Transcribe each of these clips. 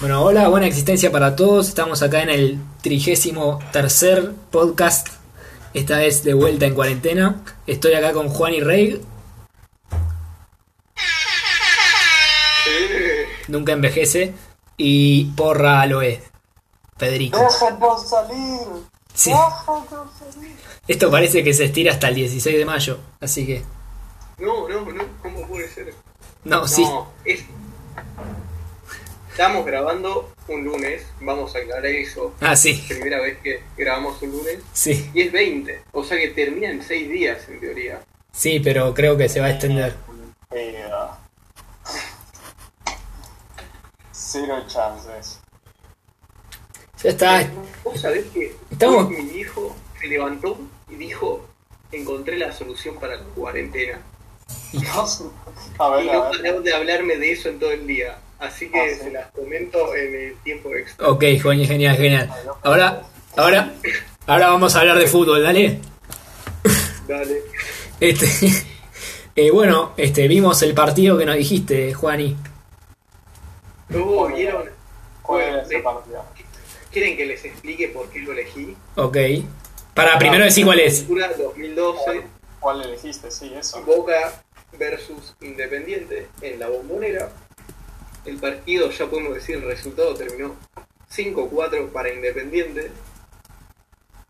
Bueno, hola, buena existencia para todos. Estamos acá en el trigésimo tercer podcast. Esta vez de vuelta en cuarentena. Estoy acá con Juan y Rey. Nunca envejece. Y porra aloe. Federico. Déjennos salir. Sí. Déjennos salir. Esto parece que se estira hasta el 16 de mayo. Así que. No, no, no, ¿cómo puede ser? No, No, sí. es... Estamos grabando un lunes, vamos a aclarar eso. Ah, sí. Primera vez que grabamos un lunes. Sí. Y es 20, o sea que termina en 6 días en teoría. Sí, pero creo que se va a extender. Eh, ah. Cero chances. Ya está. Vos sabés que Estamos- hoy mi hijo se levantó y dijo, encontré la solución para la cuarentena. No sé. A Y ver, a no ver. paró de hablarme de eso en todo el día. Así que Ah, sí. se las comento en el tiempo extra. Ok, Juan, genial, genial. Ahora, ahora, ahora vamos a hablar de fútbol, dale. Dale. Este, eh, bueno, este, vimos el partido que nos dijiste, Juani. Luego vieron... ¿Cuál Bueno, era ese sí. partido? ¿Quieren que les explique por qué lo elegí? Ok. Para primero decir cuál es. Cultura 2012, ¿Cuál elegiste? Sí, eso. Boca versus Independiente en la bombonera. El partido, ya podemos decir el resultado, terminó 5-4 para Independiente.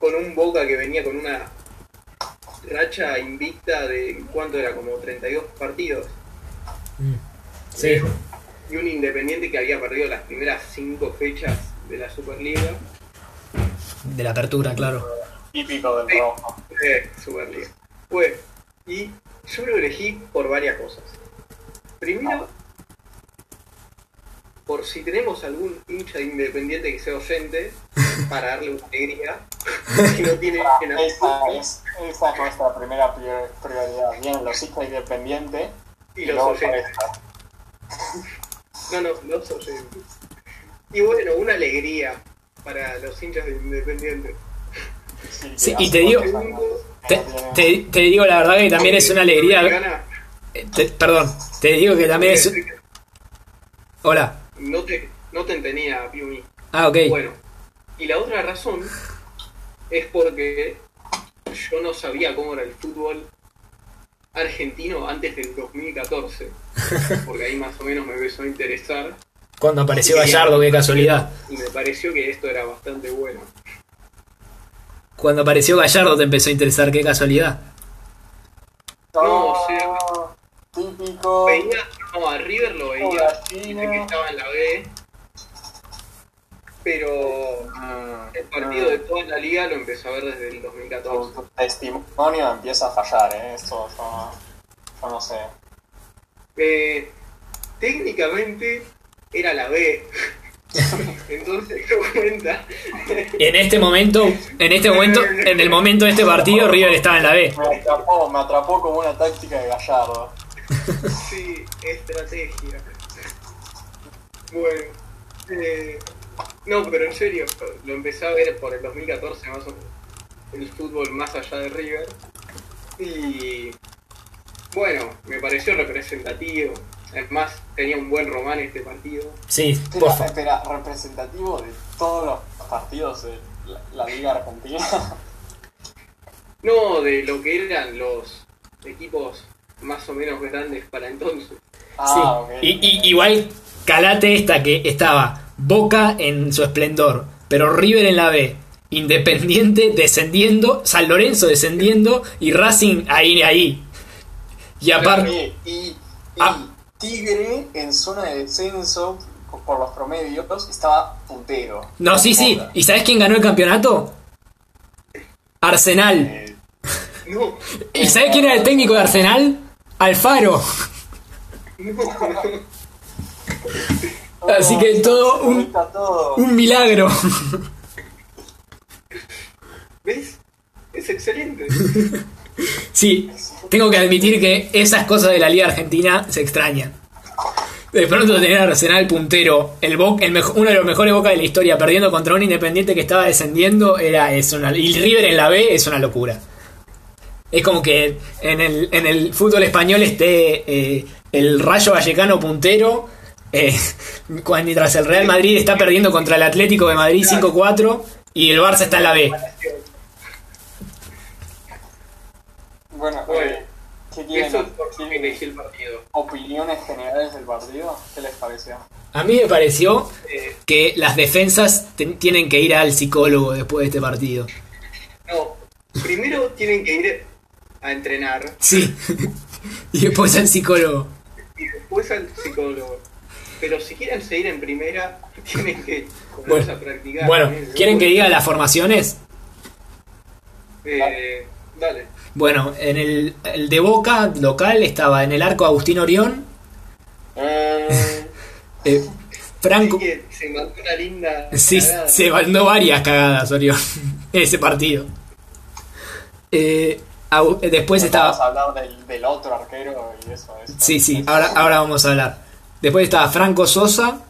Con un Boca que venía con una racha invicta de, ¿cuánto era? Como 32 partidos. Sí. Y un Independiente que había perdido las primeras 5 fechas de la Superliga. De la apertura, claro. Típico del Sí. rojo. Eh, Superliga. Bueno, y yo lo elegí por varias cosas. Primero, por si tenemos algún hincha de independiente que sea oyente, para darle una alegría, que no tiene Ah, en Esa absoluto, es, esa es nuestra primera prior- prioridad. Bien, los hijos independientes y y los luego oyentes. esta. No, no, los oyentes. Y bueno, una alegría para los hinchas de independiente. Sí, Sí, que y te hace digo- muchos años que Te, no tienen- te- te digo la verdad que también es una alegría. ver- Gana, eh, te- perdón, te digo que también es. Hola. No te, no te entendía, Piumi. Ah, ok. Bueno, y la otra razón es porque yo no sabía cómo era el fútbol argentino antes del 2014, porque ahí más o menos me empezó a interesar Cuando apareció Gallardo, qué casualidad. y me pareció que esto era bastante bueno. Cuando apareció Gallardo te empezó a interesar, qué casualidad. No, sí. Típico. Veía, no, a River lo veía, Hola, dice Chino. que estaba en la B, pero Mm, el partido mm. de toda la liga lo empecé a ver desde el 2014. tu testimonio empieza a fallar, ¿eh? Esto yo no, yo no sé. Eh, técnicamente era la B. Entonces no cuenta. En este momento, en este momento, en el momento de este partido, River estaba en la B. Me atrapó, me atrapó como una táctica de Gallardo. Sí, estrategia. Bueno. eh, no, pero en serio, lo empecé a ver por el 2014 más o menos. El fútbol más allá de River. Y bueno, me pareció representativo. Además, tenía un buen román este partido. Sí, por Espera, favor. espera, representativo de todos los partidos de la, la Liga Argentina. No, de lo que eran los equipos más o menos grandes para entonces. Sí. Ah, ok. Y, y- igual calate esta que estaba Boca en su esplendor, pero River en la B, Independiente descendiendo, San Lorenzo descendiendo y Racing ahí ahí. Y aparte, Oye, y, y Ah. Tigre en zona de descenso por- por los promedios estaba puntero. no, sí, sí. ¿Y sabes quién ganó el campeonato? Arsenal. Eh, No, ¿Y sabes quién era el técnico de Arsenal? Alfaro. no. Así que todo un- Está todo. Un milagro. ¿Ves? Es excelente. Sí, tengo que admitir que esas cosas de la Liga Argentina se extrañan. De pronto tener a Arsenal puntero, el Bo- el mejo- uno de los mejores Boca de la historia, perdiendo contra un Independiente que estaba descendiendo, era es una, y River en la B es una locura. Es como que en el, en el fútbol español esté eh, el Rayo Vallecano puntero, Eh, cuando- mientras el Real Madrid está perdiendo contra el Atlético de Madrid 5-4 y el Barça está en la B. Bueno, Bueno, eh, ¿qué Eso es tienen? por lo que ¿Tienen inició el partido. opiniones generales del partido? ¿Qué les pareció? A mí me pareció Eh, que las defensas ten- tienen que ir al psicólogo después de este partido. no, primero tienen que ir a entrenar Sí. y después al psicólogo. y después al psicólogo. Pero si quieren seguir en primera, tienen que comenzar Bueno, a practicar. Bueno, ¿eh? ¿quieren que diga las formaciones? Eh, dale. Bueno, en el, el de Boca local estaba en el arco Agustín Orión, Eh, eh, Franco... Así que se mandó una linda. Sí, cagada. se mandó varias cagadas, Orión, en ese partido. Eh, Agu- eh, después Vamos estaba... a hablar del, del otro arquero y eso. eso. Sí, sí, ahora, ahora vamos a hablar. Después estaba Franco Sosa,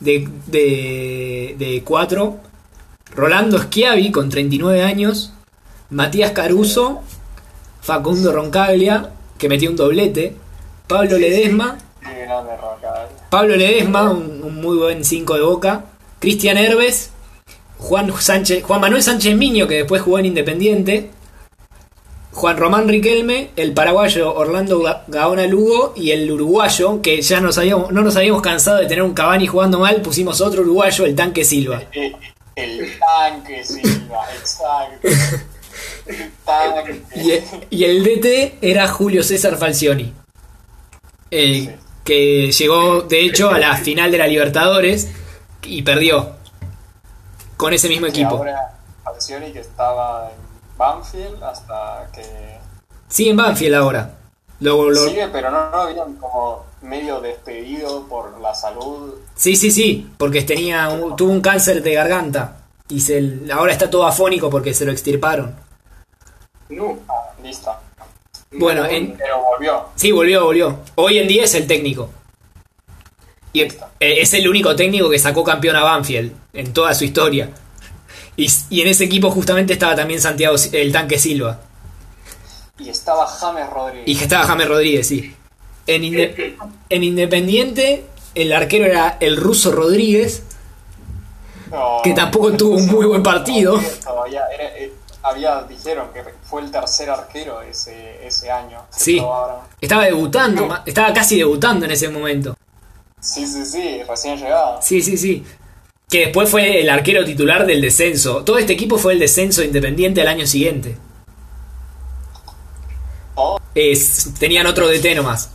de, de, de 4. Rolando Schiavi, con 39 años. Matías Caruso. Facundo Roncaglia, que metió un doblete. Pablo Ledesma. Qué grande Roca. Pablo Ledesma, un, un muy buen 5 de boca. Cristian Herbes. Juan, Sánchez, Juan Manuel Sánchez Miño, que después jugó en Independiente. Juan Román Riquelme, el paraguayo Orlando Ga- Gaona Lugo y el uruguayo, que ya nos habíamos, no nos habíamos cansado de tener un Cavani jugando mal, pusimos otro uruguayo, el tanque Silva. Eh, El tanque, Silva, exacto. El tanque. Y, y el DT era Julio César Falcioni, eh, Sí. que llegó de hecho a la final de la Libertadores y perdió con ese mismo Y equipo. ahora Falcioni que estaba en Banfield hasta que Sigue en Banfield ahora. Lo, lo- sigue, pero no no lo habían como medio despedido por la salud. sí, sí, sí, porque tenía un- tuvo un cáncer de garganta y se, ahora está todo afónico porque se lo extirparon. No. Ah, lista. Bueno, eh. en- Pero volvió. Sí, volvió, volvió. Hoy en día es el técnico. Y eh, es el único técnico que sacó campeón a Banfield en toda su historia. Y, s- y en ese equipo justamente estaba también Santiago Si- el tanque Silva. Y estaba James Y Rodríguez. que estaba James Rodríguez, sí. En, Inde- en Independiente, el arquero era el ruso Rodríguez. No, que tampoco tuvo un muy buen partido. Todavía era- eh, había, dijeron que fue el tercer arquero ese, ese año. Sí. Pero ahora- Estaba debutando, ma- estaba casi debutando en ese momento. Sí, sí, sí, recién llegado. Sí, sí, sí. Que después fue el arquero titular del descenso. Todo este equipo fue el descenso independiente al año siguiente. Oh. Es- tenían otro DT nomás.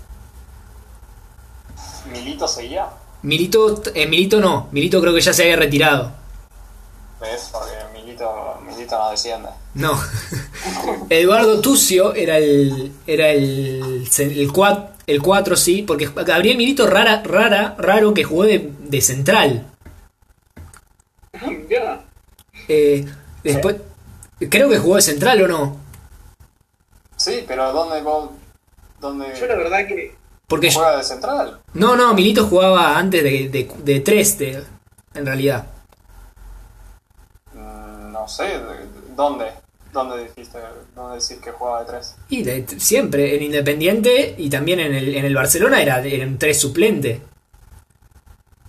Milito seguía. Milito, eh, Milito no, Milito creo que ya se había retirado. ¿Ves? Porque Milito, Milito no desciende. No. Eduardo Tucio era el. era el. el 4, el cuatro, sí, porque Gabriel Milito rara, rara, raro que jugó de, de central. Ya. Eh, después. Creo que jugó de central o no. Sí, pero ¿dónde vos? ¿Dónde Yo la verdad que. Porque yo- juega de central? No, no, Milito jugaba antes de, de, de tres, de- en realidad. Mm, No sé, ¿de- ¿dónde? ¿Dónde dijiste? ¿Dónde decís que jugaba de tres? Y de- siempre, en Independiente y también en el, en el Barcelona era, era un tres suplente.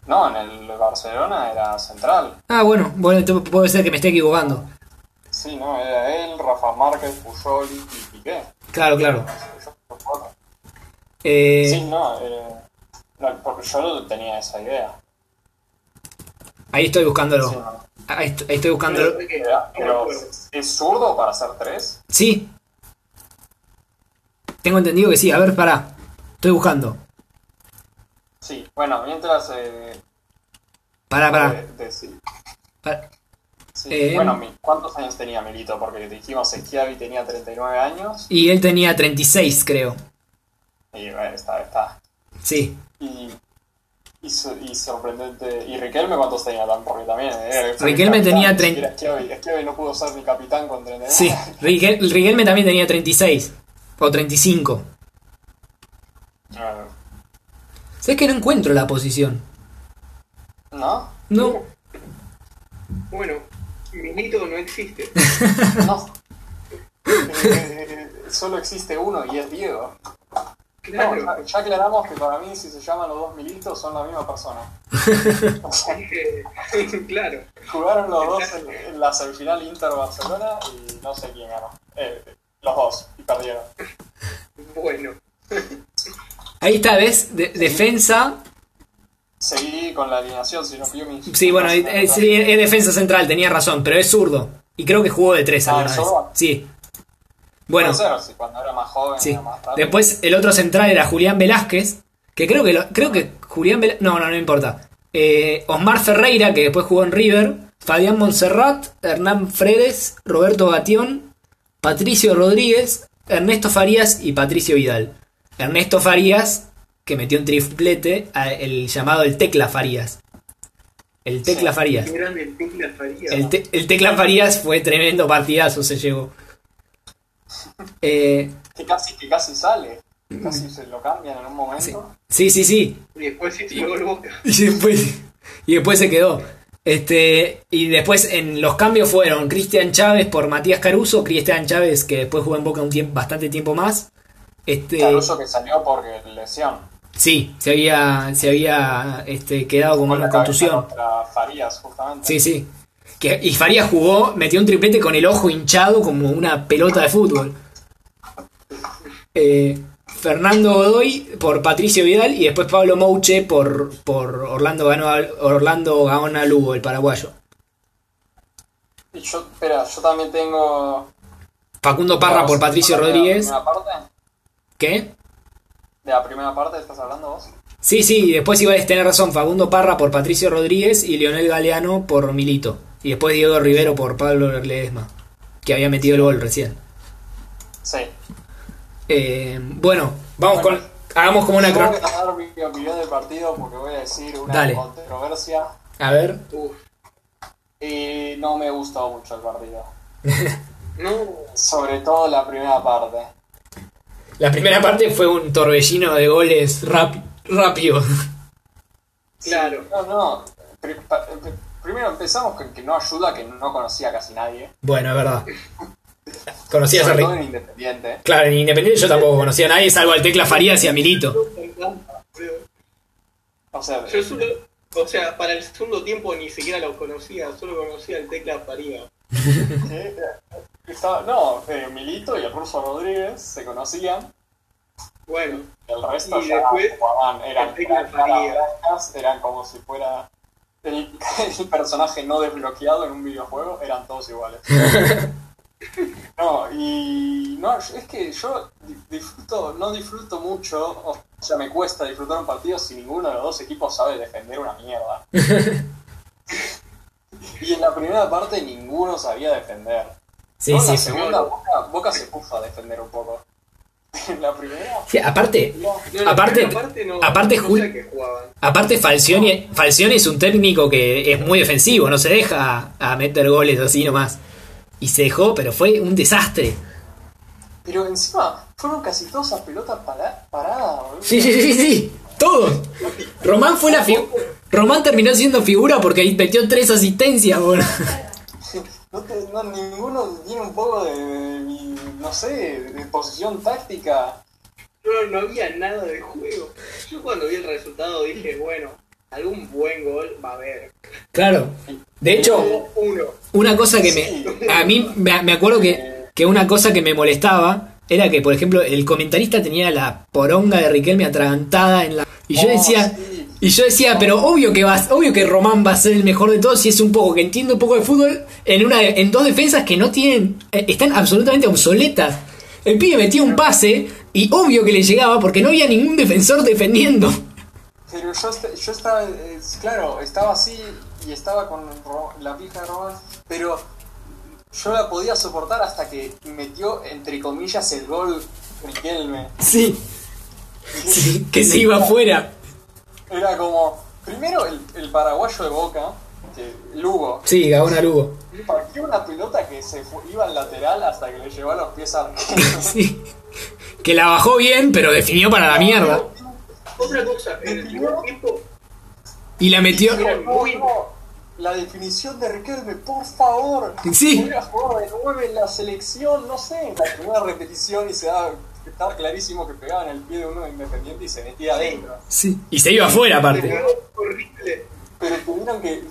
No, en el Barcelona era central. Ah, bueno, bueno, esto puede ser que me esté equivocando. Sí, no, era él, Rafa Márquez, Pujol y Piqué. Claro, claro. Yo recuerdo. Eh, Sí, no, eh, no, porque yo no tenía esa idea. Ahí estoy buscándolo. Sí, no. Ahí, est- ahí estoy la buscándolo. verdad que- Era- pero, eh, no me acuerdo. ¿es zurdo para hacer tres? Sí. Tengo entendido que sí. A ver, pará. Estoy buscando. Sí, bueno, mientras... Eh, Pará, pará. eh, decí- pará. Sí, Eh, bueno, mi- ¿cuántos años tenía Milito? Porque dijimos Esquiavi tenía 39 años Y él tenía 36, creo. y bueno, está, está. Sí. Y, y, so- y sorprendente. ¿Y Riquelme cuántos tenía tan? Porque también. eh, fue Riquelme capitán, tenía ni trein- siquiera Esquiavi, Esquiavi no pudo ser ni capitán con 39. Sí. Rigel- Rigelme también tenía 36. O 35. Eh, ¿Sabes que no encuentro la posición? ¿No? No. Bueno, Minito no existe. eh, No. Eh, solo existe uno y es Diego. No, Claro, ya, ya aclaramos que para mí si se llaman los dos militos son la misma persona. O sea, dije, claro. jugaron los dos en, en la semifinal Inter-Barcelona y no sé quién ganó. Eh, los dos, y perdieron. Bueno, Ahí está, ¿ves? De- defensa. Seguí con la alineación, si no pidió mi... Sí, bueno, mi- eh, sí, es, defensa central, tenía razón, pero es zurdo. Y creo que jugó de tres Ah, alguna vez. zurdo. Sí. Bueno, Puede ser, si cuando era más joven, sí. era más rápido. Después el otro central era Julián Velázquez, que creo que lo- creo que Julián Velázquez, no, no, no importa. Eh, Osmar Ferreira, que después jugó en River, Fabián Montserrat, Hernán Fredes, Roberto Gatión, Patricio Rodríguez, Ernesto Farías y Patricio Vidal. Ernesto Farías, que metió un triplete, a- el llamado el Tecla Farías. El Tecla Sí. Farías. qué grande el Tecla Faría. El, te- el Tecla Farías fue tremendo partidazo, se llegó. Eh, Que casi, que casi sale. Casi se lo cambian en un momento. sí. sí, sí, sí. Y después sí llegó el Boca. Y después, y después se quedó. Este, y después en los cambios fueron Cristian Chávez por Matías Caruso, Cristian Chávez que después jugó en Boca un tiempo, bastante tiempo más. Este, Caruso que salió porque lesión. sí, se había, se había este, quedado con Con una la cabeza contusión. contra Farías, justamente. Sí, sí. Que, y Farías jugó, metió un triplete con el ojo hinchado como una pelota de fútbol. Eh, Fernando Godoy por Patricio Vidal y después Pablo Mouche por, por Orlando, Gano- Orlando Gaona Lugo, el paraguayo. Y yo, espera, yo también tengo... Facundo Parra por Patricio ¿De la Rodríguez. primera parte? ¿Qué? ¿De la primera parte estás hablando vos? Sí, sí, y después iba a tener razón. Facundo Parra por Patricio Rodríguez y Leonel Galeano por Milito. Y después Diego Rivero por Pablo Ledesma, que había metido el gol recién. Sí. Eh, bueno, vamos Bueno. con. Hagamos como una Yo voy crónica. a dar mi opinión del partido porque voy a decir una Dale. controversia A ver. Uf, y no me gustó mucho el partido. no. Sobre todo la primera parte. La primera parte fue un torbellino de goles rap- rápido. Claro. No, no. pri- pa- pri- Primero empezamos con que no ayuda, que no conocía casi nadie. Bueno, es verdad. Conocías a Sobre Rick. todo en Independiente. Claro, en Independiente yo tampoco conocía a nadie salvo al Tecla Farías y a Milito. O sea, eh, Yo solo, o sea, para el segundo tiempo ni siquiera lo conocía, solo conocía el Tecla Faría. eh, estaba- no, eh, Milito y el ruso Rodríguez se conocían. Bueno, El resto Y ya después, jugaban, eran, el Tecla eran caras Faría. blancas, eran como si fuera el, el personaje no desbloqueado en un videojuego, eran todos iguales. No, y no, es que yo di- disfruto, no disfruto mucho, o sea, me cuesta disfrutar un partido si ninguno de los dos equipos sabe defender una mierda. Y en la primera parte ninguno sabía defender. Sí, No, en sí. la sí. segunda Boca, Boca se puso a defender un poco. En la primera, Sí, aparte, no. No, en la Aparte- primera parte no, aparte no Jul- sé a qué jugaban. Aparte, Falcioni, Falcioni es un técnico que es muy defensivo, no se deja a meter goles así nomás. Y se dejó, pero fue un desastre. Pero encima fueron casi todas las pelotas para, paradas, boludo. Sí, sí, sí, sí. Todos. Román fue la figura. Román terminó siendo figura porque metió tres asistencias, boludo. No te- no, ninguno tiene un poco de, de- de- no sé, de posición táctica. No, no había nada de juego. Yo cuando vi el resultado dije, bueno, algún buen gol va a haber. Claro. De hecho, Uno. una cosa que me. A mí me, me acuerdo que, que una cosa que me molestaba era que, por ejemplo, el comentarista tenía la poronga de Riquelme atragantada en la. Y yo Oh, decía. sí. Y yo decía, pero obvio que vas, obvio que Román va a ser el mejor de todos si es un poco que entiende un poco de fútbol en una en dos defensas que no tienen eh, están absolutamente obsoletas. El pibe metía un pase y obvio que le llegaba porque no había ningún defensor defendiendo. Pero yo, est- yo estaba, eh, claro, estaba así y estaba con Ro- la pija de Román, pero yo la podía soportar hasta que metió, entre comillas, el gol Riquelme. Sí, sí, que se iba afuera. Era como, primero el, el paraguayo de Boca, que, Lugo, Sí, Gabón a Lugo. Partió una pelota que se fu- iba al lateral hasta que le llevó a los pies a Sí. Que la bajó bien, pero definió para la mierda. Otra cosa, en el primer tiempo, Y la metió. Pero no, no, La definición de Riquelme, por favor. Sí. Hubiera jugado de nueve en la selección, no sé. La primera repetición y se da Estaba clarísimo que pegaban el pie de uno de Independiente y se metía adentro. Sí. Y se iba afuera, Se aparte. cagó horrible. Pero tuvieron que.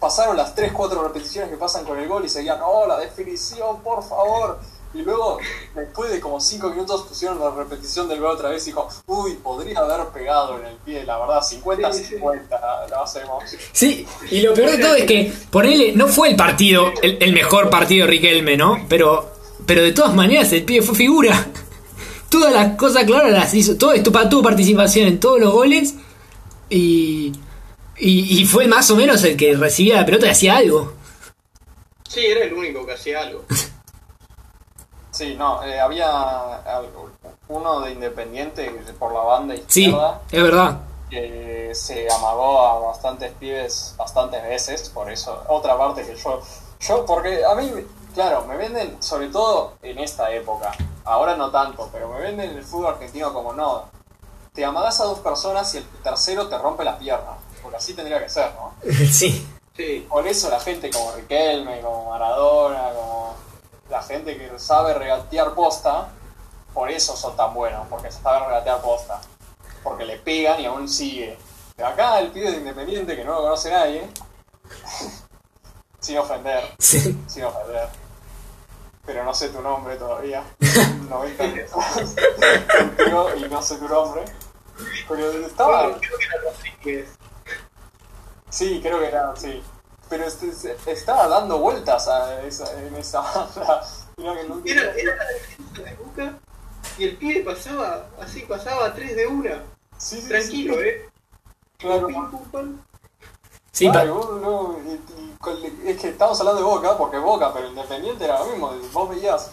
Pasaron las 3-4 repeticiones que pasan con el gol y seguían, oh, la definición, por favor. Y luego, después de como 5 minutos, pusieron la repetición del gol otra vez y dijo, uy, podría haber pegado en el pie, la verdad, 50-50, lo hacemos. Sí, y lo peor de todo es que, ponele, no fue el partido, el, el mejor partido de Riquelme, ¿no? Pero, pero de todas maneras, el pibe fue figura. Todas las cosas claras las hizo, todo esto, tuvo participación en todos los goles y, y, y fue más o menos el que recibía la pelota y hacía algo. Sí, era el único que hacía algo. Sí, no, eh, había algo- uno de Independiente por la banda Sí, izquierda es verdad. que se amagó a bastantes pibes bastantes veces, por eso, otra parte que yo, yo, porque a mí, claro, me venden, sobre todo en esta época, ahora no tanto, pero me venden el fútbol argentino como no, te amagás a dos personas y el tercero te rompe las piernas, porque así tendría que ser, ¿no? Sí. Sí, Por eso la gente como Riquelme, como Maradona, como la gente que sabe regatear posta, por eso son tan buenos, porque saben regatear posta. Porque le pegan y aún sigue. Pero acá el pibe de Independiente, que no lo conoce nadie, sin ofender, sí. sin ofender. Pero no sé tu nombre todavía. 90 años. Contigo y no sé tu nombre. Pero estaba, Bueno, Ah, creo que era Rodríguez. Sí, creo que era, sí. Pero este- se- estaba dando vueltas a esa- en esa banda. Mira que no- Era, era la defensa de Boca y el pibe pasaba, así pasaba tres de una. Sí, sí, Tranquilo, sí. eh. Claro. Pum, pum, pam. Sí, Ay, pa- vos, no, y- y con le- es que estamos hablando de Boca, porque Boca, pero Independiente era lo mismo. Vos veías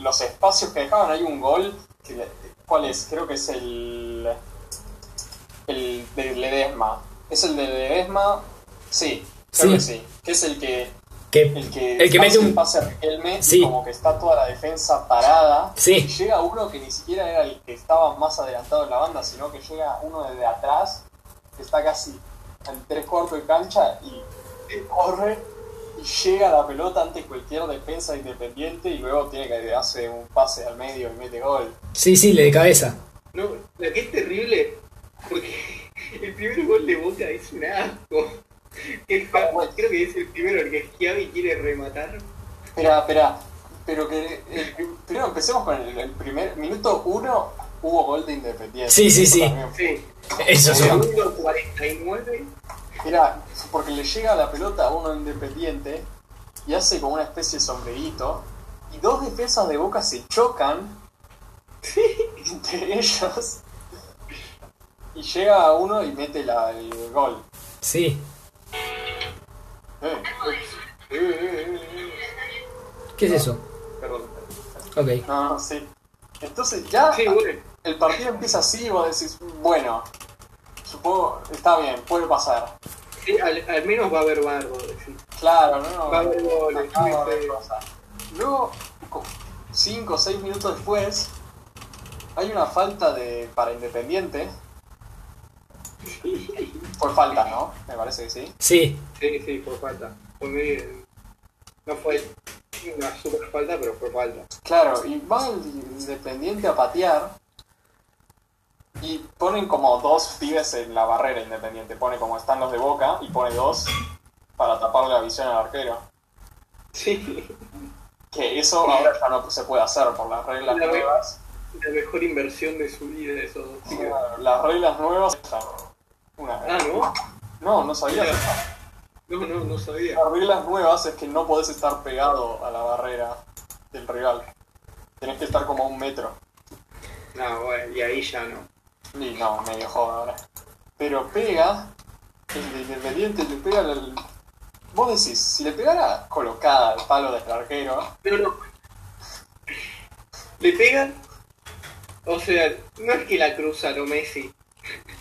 los espacios que dejaban ahí un gol. que le- ¿Cuál es? Creo que es el. El de Ledesma. ¿Es el de Ledesma? Sí, creo Sí. que sí. Que es el que. que El que, El que hace mete un- pase a Riquelme, Sí. como que está toda la defensa parada. Sí. Y llega uno que ni siquiera era el que estaba más adelantado en la banda, sino que llega uno desde atrás, que está casi en tres cuartos de cancha y eh, corre y llega la pelota ante cualquier defensa independiente y luego tiene que hacer un pase al medio y mete gol. sí, sí, le de cabeza. No, la que es terrible, porque el primer gol de Boca es un asco. Que ja- creo que es el primero el que Schiavi quiere rematar. Espera, espera, pero que el prim- primero empecemos con el, el primer minuto uno hubo gol de independiente. Sí, sí, sí. También fue- Sí. Eso sí. Segundo 49. Mira, porque le llega la pelota a uno independiente y hace como una especie de sombrerito. Y dos defensas de boca se chocan entre ellos. Y llega uno y mete la, el gol. Sí. Eh, eh, eh, eh, ¿Qué es eso? eh. Perdón. Ok. No, no, sí. Entonces ya Sí, bueno. el partido empieza así y vos decís, bueno, supongo, está bien, puede pasar. Sí, al, al menos va a haber bardo. decís. Claro, no, no. Va a haber goles. Ah, sí, vale, sí. pasa. Luego, 5 o 6 minutos después, hay una falta de para Independiente. Por falta, ¿no? Me parece que sí. Sí. Sí, sí, por falta. Fue muy- no fue una super falta, pero fue falta. Claro, y va el Independiente a patear. Y ponen como dos pibes en la barrera Independiente. Pone como están los de Boca y pone dos para tapar la visión al arquero. Sí, Que eso ahora ya no se puede hacer por las reglas La- nuevas. la mejor inversión de su vida de esos dos chicos. Las reglas nuevas. Una Ah, ¿no? No, no sabías eso. No, no, no sabía. Las reglas nuevas es que no podés estar pegado a la barrera del rival. Tenés que estar como a un metro. No, bueno, y ahí ya no. Y no, medio joda ahora. Pero pega, el de Independiente le pega al... Vos decís, si le pegara colocada al palo del arquero, No, no. Le pegan. O sea, no es que la cruza lo Messi.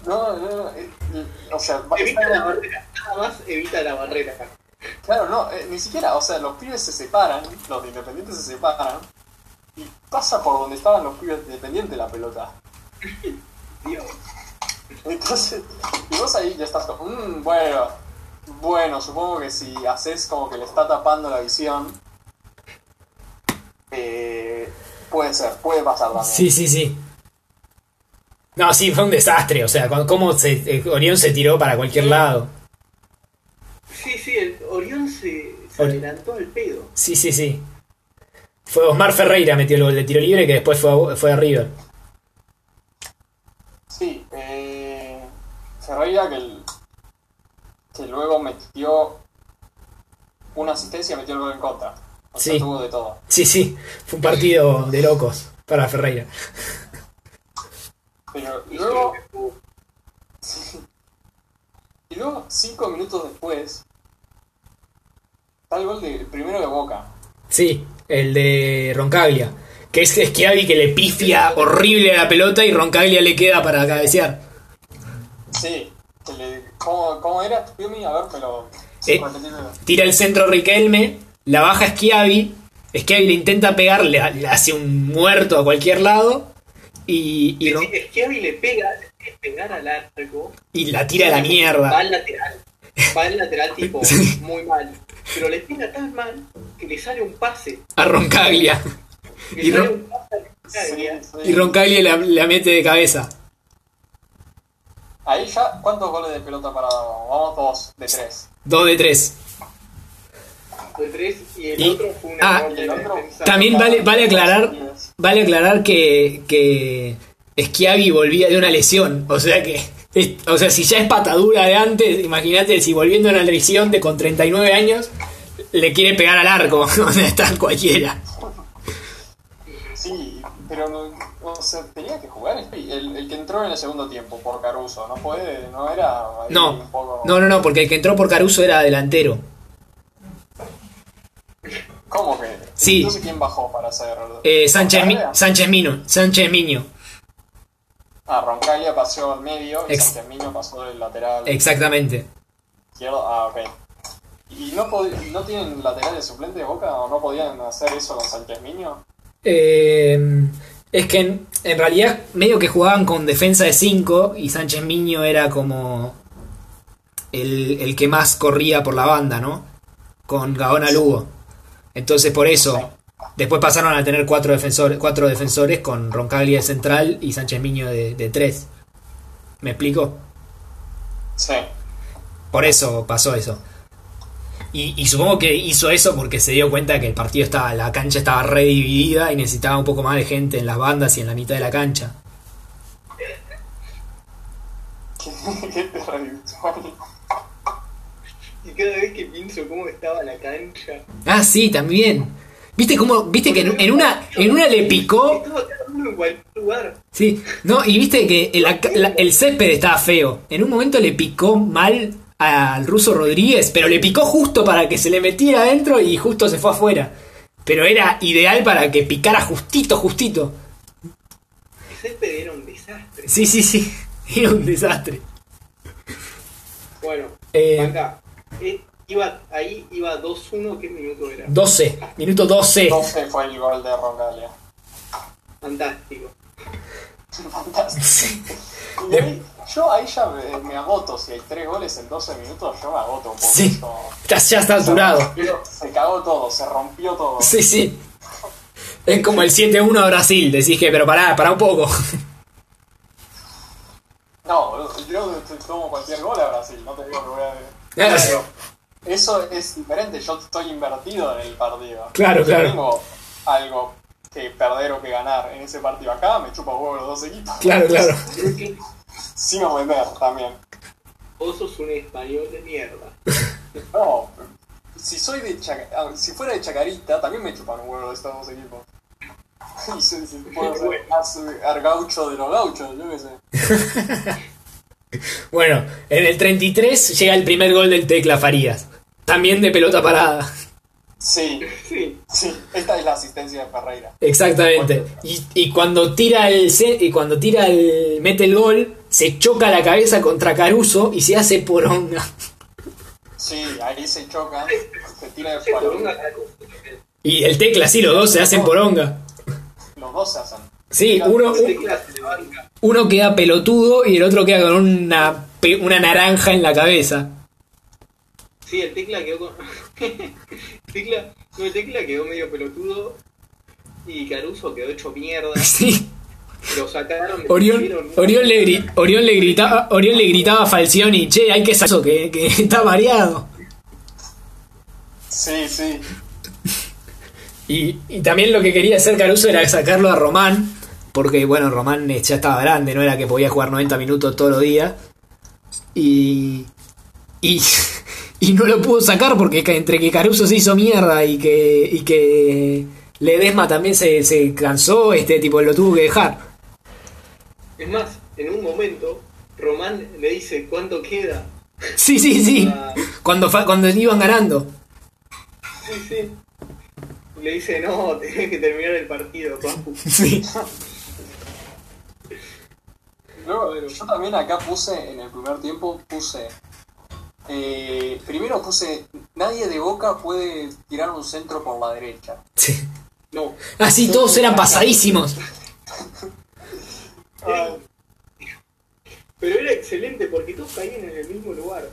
no, no, no, eh, eh, o sea, va- Evita la barrera. Nada más evita la barrera. claro, no, eh, ni siquiera, o sea, los pibes se separan, los de Independiente se separan, y pasa por donde estaban los pibes de Independiente la pelota. Dios. Entonces, y vos ahí ya estás como, "Mm, bueno, bueno, supongo que si haces como que le está tapando la visión, eh, Puede ser, puede pasar también. Sí, sí, sí. No, sí, fue un desastre. O sea, cu- cómo se, eh, Orión se tiró para cualquier lado. Sí, sí, el Orión se, se Ori- adelantó al pedo. Sí, sí, sí. Fue Osmar Ferreira metió el gol de tiro libre que después fue a, fue a River. Sí, eh, Ferreira que, el- que luego metió una asistencia y metió el gol en contra. O sea, Sí. tuvo de todo. Sí, sí. Fue un partido de locos para Ferreira. Pero Hizo lo luego, que pudo. y luego cinco minutos después, está el gol del primero de Boca. Sí, el de Roncaglia. Que es Schiavi que le pifia horrible a la pelota y Roncaglia le queda para cabecear. Sí, que le- ¿cómo, cómo era? Piumi, a ver, pero... Eh. repetímelo. Tira el centro Riquelme, la baja Schiavi. Schiavi le intenta pegar, le, le hace un muerto a cualquier lado. Y, y, Ron- Sí, es que Avi le pega, le quiere pegar al arco. y la tira a la Va mierda. al lateral. Va al lateral tipo muy mal. Pero le pega tan mal que le sale un pase. A Roncaglia. Le Y sale Ron- un pase al Sí, Roncaglia. sí. Y Roncaglia la, la mete de cabeza. Ahí ya, ¿cuántos goles de pelota parada? vamos? Vamos dos de tres. Dos de tres. de tres, y el Y- otro fue una ah, gol de el la otro- defensa. También vale, vale aclarar, vale aclarar que, que Schiavi volvía de una lesión. O sea que, es- o sea, si ya es patadura de antes, imagínate si volviendo a una lesión de con 39 años, le quiere pegar al arco, donde está cualquiera. Sí, pero no- o sea, tenía que jugar el, el que entró en el segundo tiempo por Caruso, no puede, no era ahí No, un poco... no, no, no, porque el que entró por Caruso era delantero. ¿Cómo que? Sí. No sé quién bajó para hacer... Eh, Sánchez, Mi- Roncaglia. Sánchez Mino, Sánchez Miño, Ah, Roncaglia pasó al medio y Ex- Sánchez Miño pasó del lateral exactamente. izquierdo. Ah, ok. ¿Y no, pod- no tienen lateral de suplente de Boca o no podían hacer eso con Sánchez Miño? Eh, es que en, en realidad medio que jugaban con defensa de 5 y Sánchez Miño era como el, el que más corría por la banda, ¿no? Con Gaona Lugo. Entonces por eso, después pasaron a tener cuatro defensores, cuatro defensores con Roncaglia de central y Sánchez Miño de, de tres. ¿Me explico? Sí. Por eso pasó eso. Y, y supongo que hizo eso porque se dio cuenta que el partido estaba, la cancha estaba redividida y necesitaba un poco más de gente en las bandas y en la mitad de la cancha. Qué, qué terrible. Y cada vez que pienso cómo estaba la cancha. Ah, sí, también. ¿Viste cómo, viste que en, en una, en una le picó? Estaba cada uno en cualquier lugar. Sí, no, y viste que el, ac- la- el césped estaba feo. En un momento le picó mal al ruso Rodríguez, pero le picó justo para que se le metiera adentro y justo se fue afuera. Pero era ideal para que picara justito, justito. El césped era un desastre. Sí, sí, sí. Era un desastre. Bueno, Eh. acá. Eh, iba, ahí iba 2-1, ¿qué minuto era? 12. Minuto 12. Entonces fue el gol de Roncaglia. Fantástico. Fantástico. Y ahí- yo ahí ya me, me agoto. Si hay tres goles en 12 minutos, yo me agoto un poco. Sí. Yo- Está, ya está saturado. Pero Se cagó todo, se rompió todo. Sí, sí. Es como el 7-1 a Brasil. Decís que, pero pará, pará un poco. No, boludo, yo te tomo cualquier gol a Brasil, no te digo que voy a... Claro. Eso es diferente, yo estoy invertido en el partido. Claro, Yo claro. tengo algo que perder o que ganar en ese partido acá, me chupa huevo los dos equipos. Claro, claro. Creo que Sin ofender también. vos sos un español de mierda. No, si soy de Chaca- ah, si fuera de Chacarita, también me chupan un huevo estos dos equipos. Y si, si puedo ser más eh, argaucho de los gauchos, yo qué sé. Bueno, en el 33 llega el primer gol del Tecla Farías. También de pelota parada. Sí, Sí. sí, esta es la asistencia de Ferreira. Exactamente. Y, y cuando tira el ce- y cuando tira el mete el gol, se choca la cabeza contra Caruso y se hace poronga. Sí, ahí se chocan, se tira de Se palomita. prolonga la cosa. Y el Tecla sí, los dos se hacen poronga. Los dos se hacen. Sí, uno, Este clase de banca. Uno queda pelotudo y el otro queda con una, pe- una naranja en la cabeza. Sí, el tecla quedó con. tecla. No, el tecla quedó medio pelotudo. y Caruso quedó hecho mierda. Sí. Lo sacaron. Orión, metieron una- Orión le, gri- Orión le gritaba, Orión le gritaba a Falcioni, che, hay que sacar eso, que, que está mareado. Sí, sí. Y, y también lo que quería hacer Caruso era sacarlo a Román, porque bueno, Román eh, ya estaba grande, no era que podía jugar 90 minutos todos los días. Y, y, y no lo pudo sacar porque ca- entre que Caruso se hizo mierda y que, y que Ledesma también se, se cansó, este tipo lo tuvo que dejar. Es más, en un momento, Román le dice cuánto queda. Sí, sí, sí. Cuando, fa- cuando iban ganando. Sí, sí. Le dice, no, tenés que terminar el partido, papu. Sí. Luego, yo también acá puse, en el primer tiempo, puse. eh, primero puse. Nadie de boca puede tirar un centro por la derecha. sí. No. Así todos eran pasadísimos. Era- Ah. Pero era excelente porque todos caían en el mismo lugar.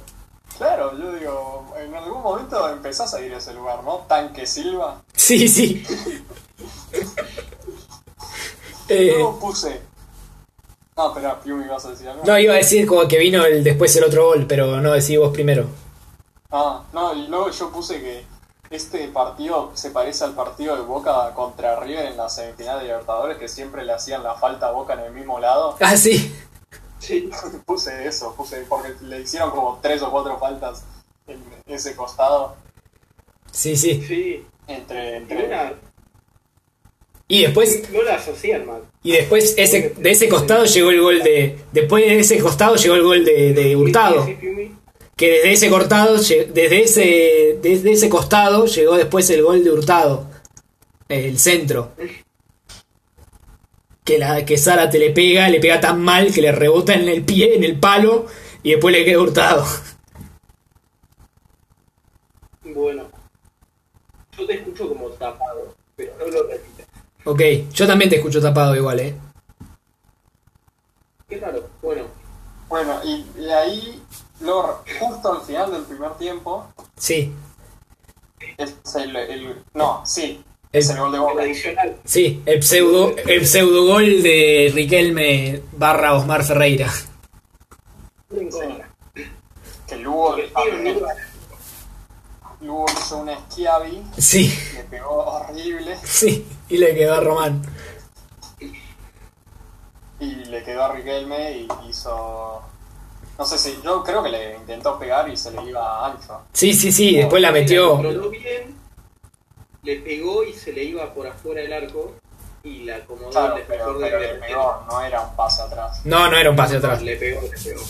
Claro, yo digo, en algún momento empezás a ir a ese lugar, ¿no? Tanque Silva. Sí, sí. Eh, Luego puse. No, espera, Piumi, vas a decir algo. no, iba a decir como que vino el después el otro gol, pero no, decís vos primero. Ah, no, y luego yo puse que este partido se parece al partido de Boca contra River en la semifinal de Libertadores, que siempre le hacían la falta a Boca en el mismo lado. Ah, sí. Sí. Puse eso, puse porque le hicieron como tres o cuatro faltas en ese costado Sí, sí. Sí. entre... entre- Ninguna- Y después, no la asocian mal. y después ese, de ese costado llegó el gol de. Después de ese costado llegó el gol de, de Hurtado. Sí, sí, Piumi. Que desde ese cortado, lle- desde ese. Desde ese costado llegó después el gol de Hurtado. El centro. Que la que Sara te le pega, le pega tan mal que le rebota en el pie, en el palo, y después le queda hurtado. Bueno. Yo te escucho como tapado, pero no lo repitas. Ok, yo también te escucho tapado igual, eh. Qué raro. Bueno. Bueno, y, y ahí, luego, justo al final del primer tiempo, Sí, es el... el- no, sí, El- es el gol de El Boca. adicional. sí, el pseudo, el pseudo gol de Riquelme barra Osmar Ferreira. no encuentra. Que Lugo, Porque el tiro no iba. Lugo hizo un esquiavi, Sí, le pegó horrible. sí, y le quedó a Román. Y le quedó a Riquelme y hizo. No sé si. Yo creo que le intentó pegar y se le iba ancho. Sí, sí, sí, después la metió. controló bien, le pegó y se le iba por afuera del arco y la acomodó Claro, el defensor pero, de pero le pegó, no era un pase atrás. No, no era un pase atrás. Le pegó, le pegó.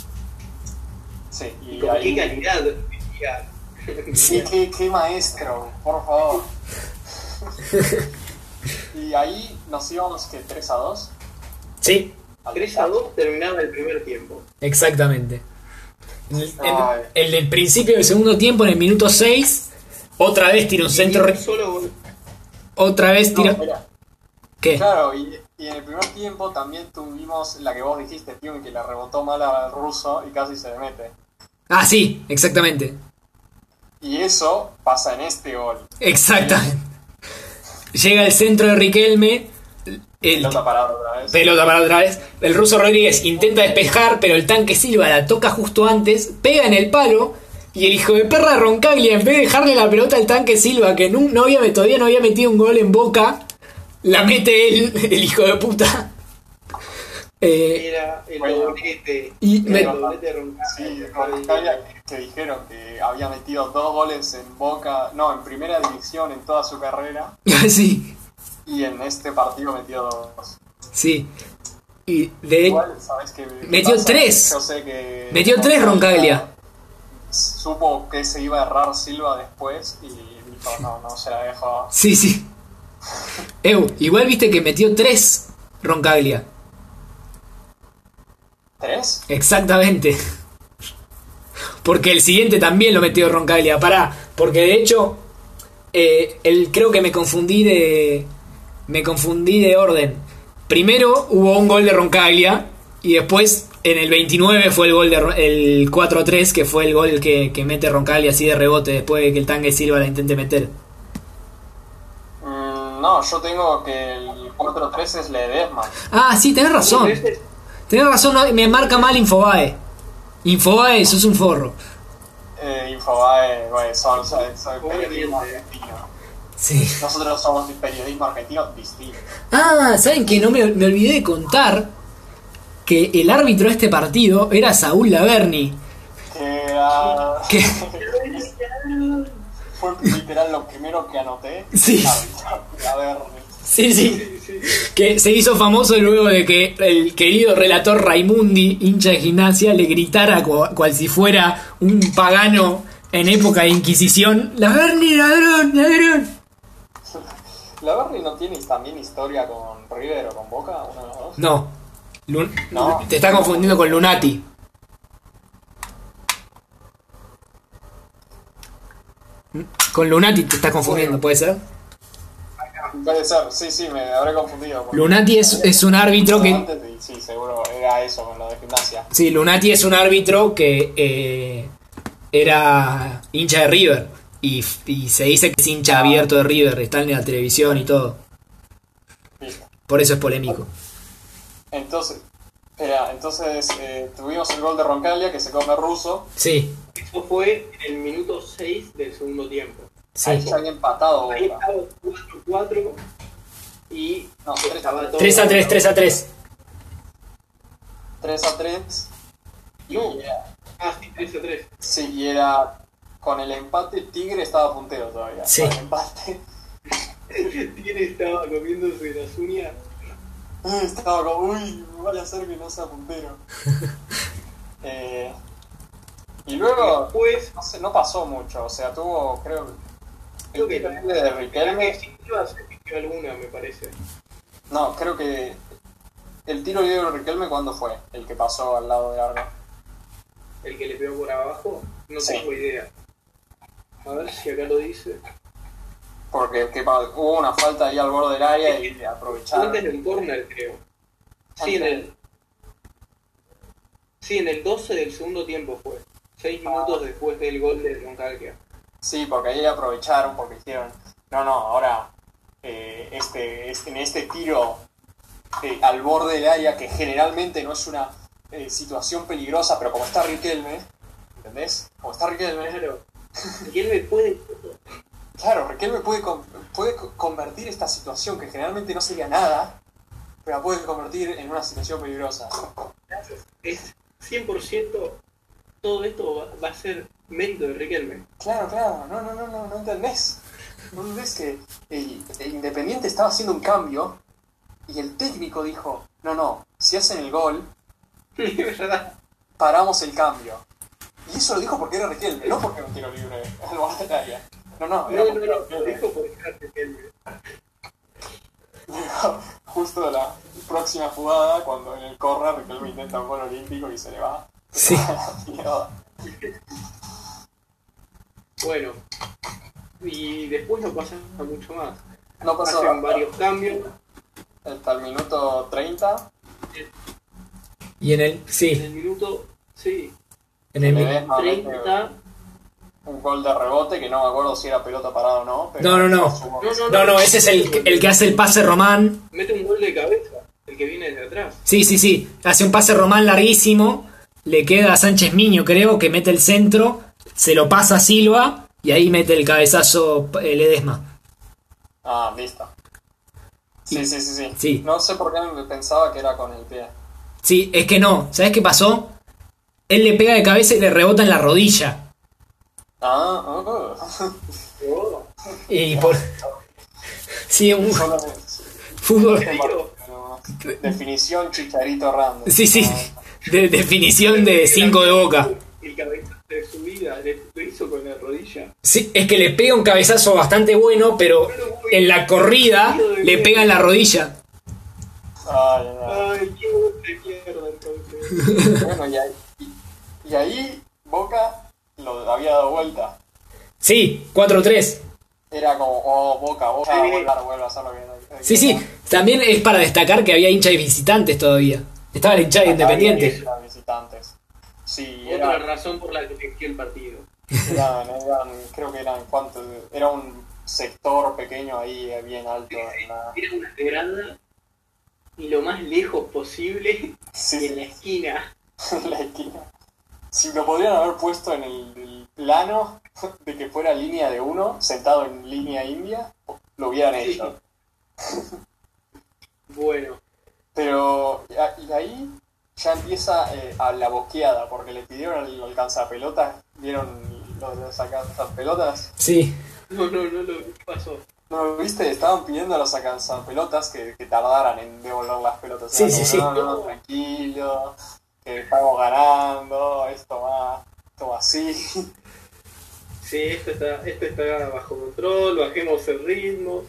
Sí, y Con qué ahí. calidad, decía. Sí, qué, qué maestro, por favor. y ahí nos íbamos que 3 a 2. Sí, 3 a 2 terminaba el primer tiempo. Exactamente. En el, en- Ay. en el principio del segundo tiempo, en el minuto 6, otra vez tira un centro. Y re- un solo gol. Otra vez No, tira. espera. ¿Qué? Claro, y, y en el primer tiempo también tuvimos la que vos dijiste, Piumi, que la rebotó mal al ruso y casi se le mete. Ah, sí, exactamente. Y eso pasa en este gol. Exactamente. Llega el centro de Riquelme. El, Pelota parada otra vez. pelota para otra vez. El ruso Rodríguez intenta despejar, pero el tanque Silva la toca justo antes, pega en el palo. Y el hijo de perra Roncaglia, en vez de dejarle la pelota al tanque Silva, que nun- no había, todavía no había metido un gol en boca, la mete él, el hijo de puta. Eh, Era el Bueno. doblete. Y el me- doblete de Roncaglia. Sí, con Italia, que- que dijeron que había metido dos goles en Boca, no, en primera división en toda su carrera, sí, y en este partido metió dos. sí. Y de Igual, ¿sabés qué qué Metió tres. Yo sé que... Metió tres, Roncaglia. Supo que se iba a errar Silva después y dijo, no, no se la dejo. sí, sí. Eu, igual viste que metió tres Roncaglia. ¿Tres? Exactamente. Porque el siguiente también lo metió Roncaglia. Pará, porque de hecho, eh, el, creo que me confundí de. Me confundí de orden. Primero hubo un gol de Roncaglia. Y después, en el 29, fue el gol de Ro- el 4-3, que fue el gol que, que mete Roncaglia así de rebote después de que el Tangue Silva la intente meter. Mm, No, yo tengo que el 4-3 es Ledesma. Ah, sí, tenés razón. Ese- Tenés razón, no, me marca mal Infobae. Infobae, sos un forro. Eh, Infobae, güey, son, son- son Muy periodismo bien, eh. argentino. Sí. Nosotros somos el periodismo argentino distinto. Ah, ¿saben que No me, me olvidé de contar que el árbitro de este partido era Saúl Laverni. Que, ah, Que, fue literal lo primero que anoté. Sí. A ver, sí, sí. Sí, sí. Que se hizo famoso luego de que el querido relator Raimundi, hincha de gimnasia, le gritara cua- cual si fuera un pagano en época de Inquisición. Laverni, ladrón, ladrón. la Berni no tiene también historia con River o con Boca, uno de los dos. No. Lun- No. Te está confundiendo con Lunati. Con Lunati te está confundiendo, ¿puede ser? Puede ser, sí, sí, me habré confundido. porque- Lunati es, es un árbitro que. Antes de- Sí, seguro era eso con lo de gimnasia. Sí, Lunati es un árbitro que eh, era hincha de River. Y, y se dice que es hincha abierto de River. Está en la televisión y todo. Listo. Por eso es polémico. Entonces, espera, entonces eh, tuvimos el gol de Roncalia que se come ruso. Sí, Eso fue en el minuto 6 del segundo tiempo. Ahí sí. ya había empatado Ahí Boca. estaba 4-4 y No, 3 a estaba 3. todo. 3 a 3, 3 a 3. 3 a 3. Y No. era, Ah, sí, 3 a 3. sí, y era con el empate, Tigre estaba puntero todavía. Sí. Con el empate. Tiene estaba comiéndose las uñas. Uy, Estaba como, uy, vaya a ser que no sea puntero. Eh, y luego, Después, no, sé, no pasó mucho, o sea, tuvo, creo, Creo el que- triple de creo que Riquelme. Silva se pidió alguna, me parece. No, creo que el tiro libre de Riquelme, ¿cuándo fue? El que pasó al lado de Argo. El que le pegó por abajo, no Sí. tengo idea. A ver si acá lo dice. Porque que pa- hubo una falta ahí al borde del área y aprovecharon. Antes del corner, creo. Sí, en el. Sí, en el 12 del segundo tiempo fue. 6 minutos después del gol de Roncalquia. Sí, porque ahí aprovecharon, porque dijeron, no, no, ahora eh, este, este- en este tiro eh, al borde del área, que generalmente no es una eh, situación peligrosa, pero como está Riquelme, ¿entendés? Como está Riquelme, Claro. Y él me puede. claro, Riquelme puede, con- puede co- convertir esta situación, que generalmente no sería nada, pero la puede convertir en una situación peligrosa. Es 100%. Todo esto va, va a ser mérito de Riquelme. Claro, claro, no, no, no, no, no entendés. No entendés que el, el Independiente estaba haciendo un cambio y el técnico dijo, no, no, si hacen el gol, Es verdad. paramos el cambio. Y eso lo dijo porque era Riquelme, no porque era un tiro libre al borde del área. No, no, era No, porque no, era no, lo Riquelme. dijo porque era Riquelme. Justo la próxima jugada, cuando en el corner Riquelme intenta un gol olímpico y se le va. Sí. Mierda. Bueno, y después no pasa mucho más. No pasó Hacen varios cambios. hasta el minuto 30. Y en el. En Sí, el minuto, sí, en el. Ledesma mete- 30. un gol de rebote que no me acuerdo si era pelota parada o no. Pero No, no, no. asumo que sí. No, no, ese es el, el que hace el pase Román. Mete un gol de cabeza, el que viene desde atrás. Sí, sí, sí. Hace un pase Román larguísimo. Le queda a Sánchez Miño, creo, que mete el centro. Se lo pasa a Silva. Y ahí mete el cabezazo eh, Ledesma. Ah, listo. Sí, sí, sí, sí, Sí. No sé por qué me pensaba que era con el pie. Sí, es que no. ¿Sabes qué pasó? Él le pega de cabeza y le rebota en la rodilla. Ah, uh, Oh, Y por. Sí, un solo- fútbol. Definición chicharito random. Sí, sí. De definición de 5 de boca. El cabezazo de su vida le- lo hizo con la rodilla. Sí, es que le pega un cabezazo bastante bueno, pero en la corrida le pega en la rodilla. Ay, no. Ay, qué gol de mierda entonces. Bueno, y ahí, y ahí Boca lo había dado vuelta. Sí, 4-3. Era como, oh, Boca, Boca, Sí. vuelve a- vuelve a hacer lo que... Sí, sí. También es para destacar que había hinchas visitantes todavía. Estaba la Ah, hinchada de independiente. Eran visitantes. Sí, era... Otra razón por la que eligió el partido. Eran, eran- creo que eran cuántos, era un sector pequeño ahí eh, bien alto. en la- Era una grada y lo más lejos posible y en la Sí, esquina. en la esquina. Si lo podrían haber puesto en el, el plano de que fuera línea de uno, sentado en línea india, lo hubieran Sí. hecho. Bueno, Pero a- y ahí ya empieza eh, a la boqueada, porque le pidieron el alcanzapelotas, vieron los, los alcanzapelotas. Sí. no, no, no lo pasó. No, viste, estaban pidiendo a los alcanzapelotas que, que tardaran en devolver las pelotas. Sí, Era sí, como, sí. No, no, no, tranquilo, que estamos ganando, esto va, esto va así. Sí, esto está, esto está bajo control, bajemos el ritmo,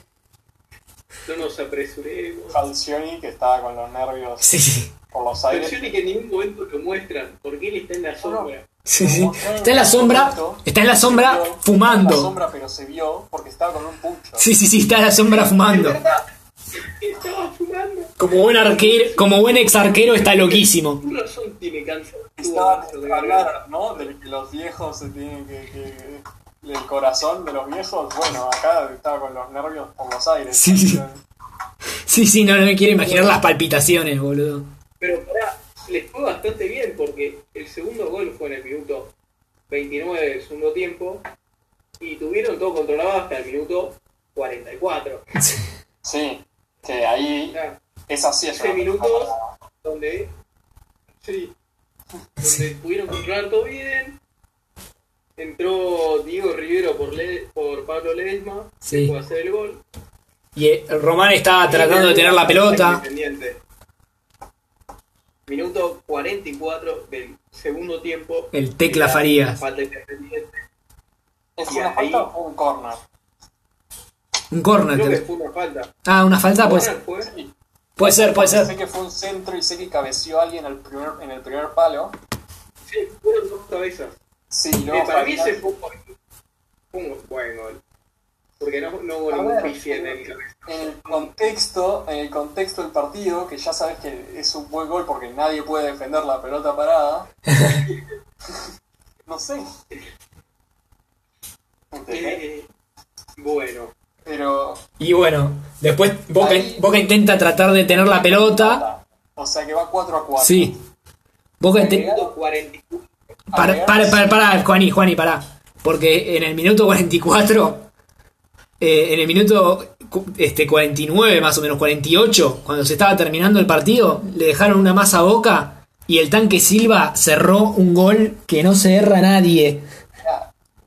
no nos apresuremos. Falcioni, que estaba con los nervios Sí, sí. por los aires. Canciones que en ningún momento lo muestran, porque él está en la sombra. Sí, sí. eh, Está en la sombra. Está en la sombra En la fumando. sombra, pero se vio porque estaba con un pucho. Sí, sí, sí, está en la sombra fumando. Estaba fumando. Como buen arquero, como buen ex Este arquero está loquísimo. Con razón tiene cáncer. Tuvo Estábamos cáncer de garganta. hablando, ¿no? De que los viejos se tienen que, que- El corazón de los viejos, bueno, acá estaba con los nervios por los aires. Sí, sí. Sí, sí, no, no me quiero imaginar las palpitaciones, boludo. Pero pará, les fue bastante bien porque el segundo gol fue en el minuto 29 del segundo tiempo y tuvieron todo controlado hasta el minuto 44. Sí, que O ahí sea, es así. es 15 Este una- minutos donde, sí, donde pudieron controlar todo bien. Entró Diego Rivero por, Le- por Pablo Ledesma, Sí. fue a hacer el gol. Y eh, Román estaba tratando de tener la pelota. Independiente. Minuto 44 del segundo tiempo. El Eh, Tecla Farías. Falta independiente. ¿Es Y una ahí- falta o un corner? Un corner. Creo que creo. fue una falta. Ah, una falta, puede ser. Fue Sí. Puede ser, puede Sé ser. que fue un centro y sé que cabeció alguien al primer, en el primer palo. sí, fueron dos cabezas. Sí, Eh, luego para mí Fabián- ese fue un buen- fue un buen gol. Porque no, no hubo A ningún ver. Eh, pifié en el cabeza. en el contexto, en el contexto del partido, que ya sabes que es un buen gol porque nadie puede defender la pelota parada. no sé. ¿Entendés? Eh, bueno, Pero Y bueno, después Boca, Ahí- Boca intenta tratar de tener la pelota. o sea que va 4 a 4. Sí. Boca inte- minuto 44. para, para, para, para, Juani, Juani, pará. Porque en el minuto 44, eh, en el minuto cu- este, 49, más o menos 48, cuando se estaba terminando el partido, le dejaron una masa a Boca y el tanque Silva cerró un gol que no se erra nadie.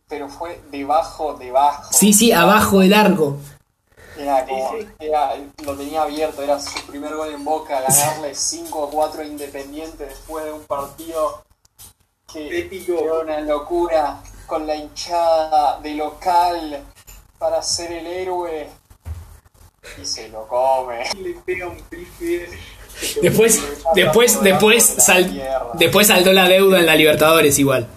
Pero fue debajo, debajo. Sí, sí, abajo del largo. Era como, Sí, era- lo tenía abierto, era su primer gol en boca, ganarle 5 a 4 independiente después de un partido que Épico. fue una locura con la hinchada de local para ser el héroe. Y se lo come. Le pega un pifié. Después, después, después, sal- después saldó la deuda en la Libertadores igual.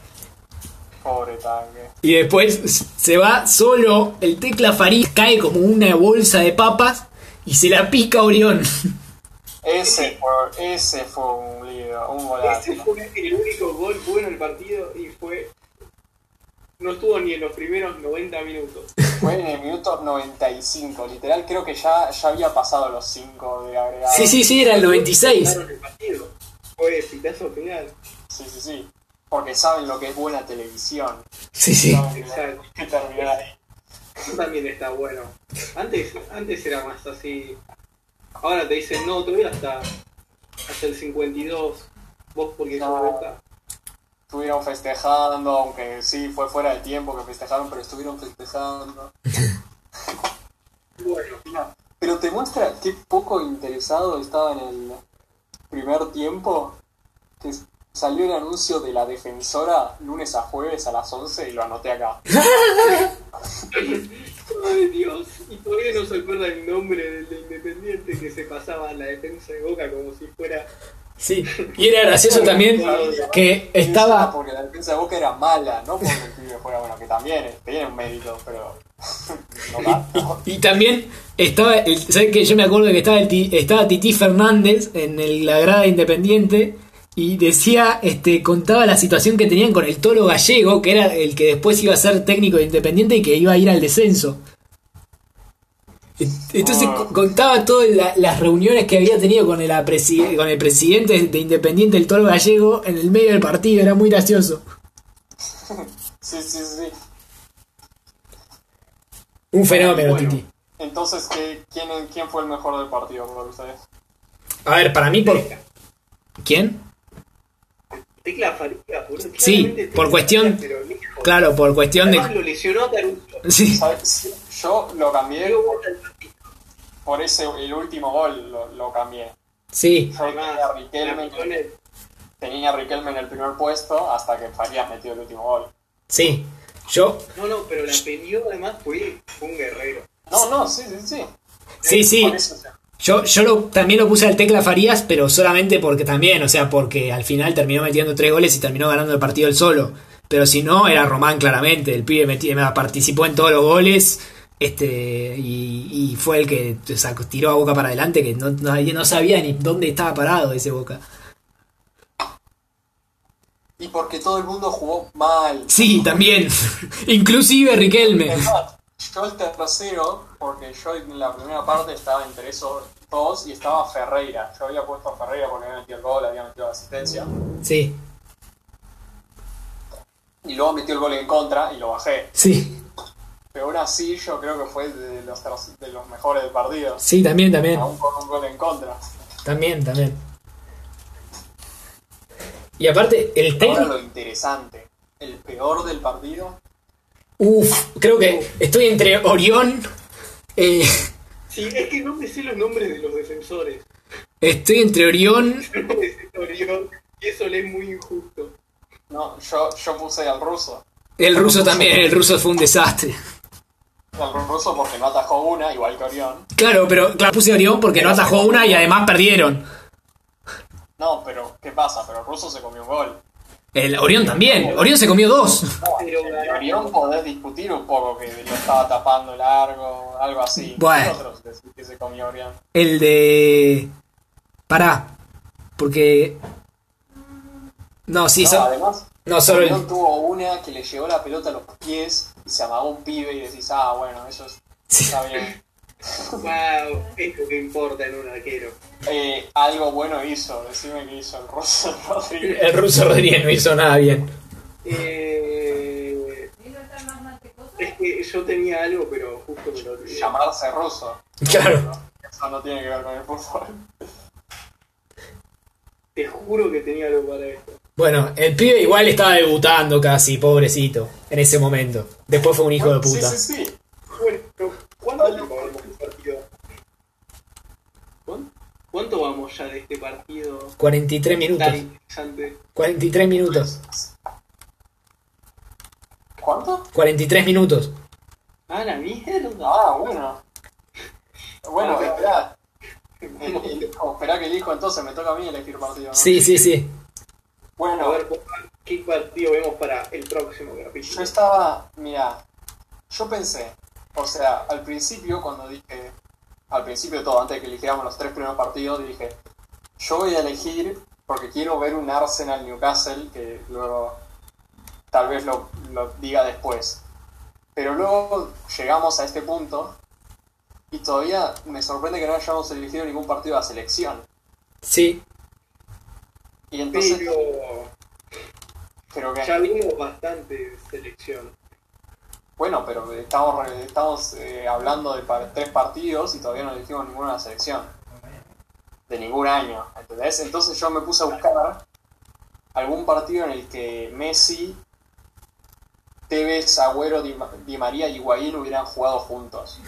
Pobre tanque. Y después se va solo, el tecla Farid cae como una bolsa de papas y se la pica Orión. Ese fue, ese fue un lío, un golazo. Ese fue el único gol bueno del partido y fue. No estuvo ni en los primeros 90 minutos. Fue en el minuto 95, literal creo que ya, ya había pasado los 5 de agregado. Sí, sí, sí, era el 96. Ganaron el partido. Fue pitazo final. Sí, sí, sí. Porque saben lo que es buena televisión. Sí, sí. Saben Exacto. que terminar ahí. Eso también está bueno. Antes, antes era más así. Ahora te dicen, no, todavía hasta, hasta el 52. Vos porque No. sos Boca. Estuvieron festejando, aunque sí fue fuera de tiempo que festejaron, pero estuvieron festejando. Bueno, Mira, Pero te muestra qué poco interesado estaba en el primer tiempo. Que salió el anuncio de la defensora lunes a jueves a las 11 y lo anoté acá. ay Dios, y todavía no se acuerda el nombre del de Independiente que se pasaba en la defensa de Boca como si fuera. Sí. Y era gracioso también que Ah, estaba. Porque la defensa de Boca era mala, no porque el pibe fuera bueno, que también eh, tiene un mérito, pero. no tanto. Y también estaba. el- ¿Sabes que Yo me acuerdo que estaba, el ti- estaba Titi Fernández en el- la grada independiente. Y decía, este, contaba la situación que tenían con el toro gallego, que era el que después iba a ser técnico de independiente y que iba a ir al descenso. Entonces co- contaba todas la- las reuniones que había tenido con el, apresi- con el presidente de Independiente, el Toro Gallego, en el medio del partido. Era muy gracioso. Sí, sí, sí. Un fenómeno, Bueno, Titi. Entonces, ¿qué- quién, ¿quién fue el mejor del partido para ustedes? A ver, para mí, por. Tecla. ¿Quién? Tecla Faría, boludo. Sí, Claramente por Tecla cuestión- Faría, pero lejos. Claro, por cuestión Además de. lo lesionó a Caruso. Sí. ¿Sabes? Yo lo cambié Dio vuelta al partido. por ese, el último gol lo, lo cambié. Sí, Yo Además, tenía a, la Riquelme, picó en el- tenía a Riquelme en el primer puesto hasta que Farías metió el último gol. sí. Yo. No, no, pero la peleó además fue fue un guerrero. No, no, sí, sí, sí. Sí, sí. Eh, Por eso, o sea, Yo, yo lo- también lo puse al Tecla Farías, pero solamente porque también, o sea, porque al final terminó metiendo tres goles y terminó ganando el partido él solo. Pero si no, era Román claramente, el pibe meti- eh, participó en todos los goles este y, y fue el que sacó- tiró a Boca para adelante, que no, nadie- no sabía ni dónde estaba parado ese Boca. Y porque todo el mundo jugó mal. Sí, también, inclusive Riquelme. Es más, Yo el tercero, porque yo en la primera parte estaba entre esos dos y estaba Ferreira. Yo había puesto a Ferreira porque había metido el gol, había metido la asistencia. Sí, Y luego metió el gol en contra y lo bajé. sí, Pero aún así yo creo que fue de los, ter- de los mejores del partido. sí, también, también. Aún con un gol en contra. También, también. Y aparte, el Ahora técnico. lo interesante. El peor del partido. Uf, creo que estoy entre Orión. eh, Sí, es que no me sé los nombres de los defensores. estoy entre Orión. No me sé Orión, y eso le es muy injusto. No, yo, yo puse al ruso. El ruso también, el ruso fue un desastre. Al ruso porque no atajó una, igual que Orión. Claro, pero claro, puse Orión porque no atajó una y además perdieron. No, pero ¿qué pasa? Pero el ruso se comió un gol. El Orión también. Orión se comió dos. No, Pero el ganó. Orión podés discutir un poco que lo estaba tapando largo, algo así. Bueno. Nosotros decís que se comió Orión. El de. Pará. Porque. No, sí, No, so- además, no, solo el- Orión tuvo una que le llegó la pelota a los pies y se amagó un pibe y decís, ah, bueno, eso es- sí. está bien. ah, Wow, es lo que importa en un arquero. Eh, algo bueno hizo, decime que hizo el ruso Rodríguez. El ruso Rodríguez no hizo nada bien. Eh, es que yo tenía algo, pero justo me lo olvidé. Llamarse ruso. Claro. Eso no tiene que ver con el fútbol. Te juro que tenía algo para esto. Bueno, el pibe igual estaba debutando casi, pobrecito, en ese momento. Después fue un hijo de puta. Sí, sí, sí. Bueno, pero ¿cuánto tiempo vamos de este partido? ¿Cuán- ¿Cuánto vamos ya de este partido 43 minutos. tan interesante? 43 minutos. ¿Cuánto? 43 minutos. ¡Ah, la mierda! Ah, bueno. Bueno, Ah, espera. Espera que elijo, entonces me toca a mí elegir partido. ¿no? Sí, sí, sí. A Bueno, ver, ¿qué partido vemos para el próximo yo capítulo? estaba. Mira, yo pensé. O sea, al principio, cuando dije. Al principio de todo, antes de que eligiéramos los tres primeros partidos, dije. Yo voy a elegir porque quiero ver un Arsenal Newcastle que luego. Tal vez lo, lo diga después. Pero luego llegamos a este punto. Y todavía me sorprende que no hayamos elegido ningún partido de la selección. Sí. Y entonces. Pero Creo que. ya vimos bastante selección. Bueno, pero estamos, re- estamos eh, hablando de par- tres partidos y todavía no elegimos ninguna de la selección. De ningún año, ¿entendés? Entonces yo me puse a buscar algún partido en el que Messi, Tevez, Agüero, Di, Ma- Di María y Higuaín hubieran jugado juntos.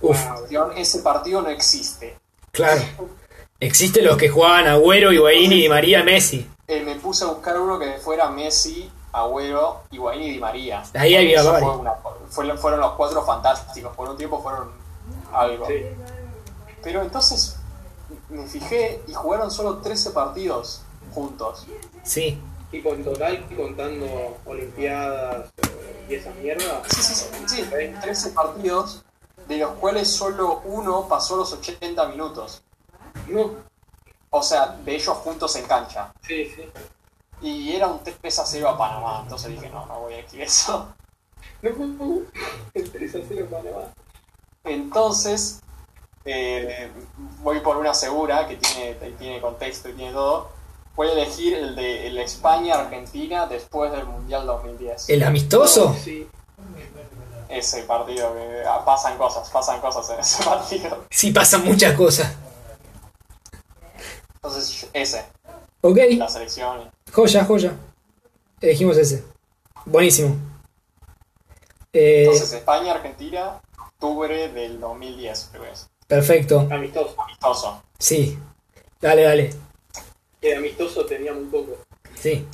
Uf, Wow. Cuestión, Ese partido no existe. claro. Existen los que jugaban Agüero, Higuaín y María Messi. Eh, me puse a buscar uno que fuera Messi, Agüero, Higuaín y Di María. Ahí había Eso varios. fue una- fue- fueron los cuatro fantásticos. Por un tiempo fueron algo. Sí. Pero entonces me fijé y jugaron solo 13 partidos juntos. Sí. Y con total, contando Olimpiadas eh, y esa mierda, Sí, sí, sí, sí, 13 partidos, de los cuales solo uno pasó los 80 minutos. no. O sea, de ellos juntos en cancha. Sí, sí. Y era un 3 a 0 a Panamá, entonces dije, no, no voy a elegir eso. No, no, no. El 3 a 0 en Panamá. Entonces, eh, voy por una segura que tiene, tiene contexto y tiene todo. Voy a elegir el de el España-Argentina después del Mundial 2010. ¿El amistoso? Sí, Ese partido que ah, pasan cosas, pasan cosas en ese partido. Sí, pasan muchas cosas. Entonces, ese, Ok, la selección. joya, joya. Elegimos ese. Buenísimo. Eh, Entonces, España-Argentina, octubre del 2010, creo que es. perfecto. amistoso. Amistoso. Sí. Dale, dale. El amistoso tenía Eh, muy poco. Sí.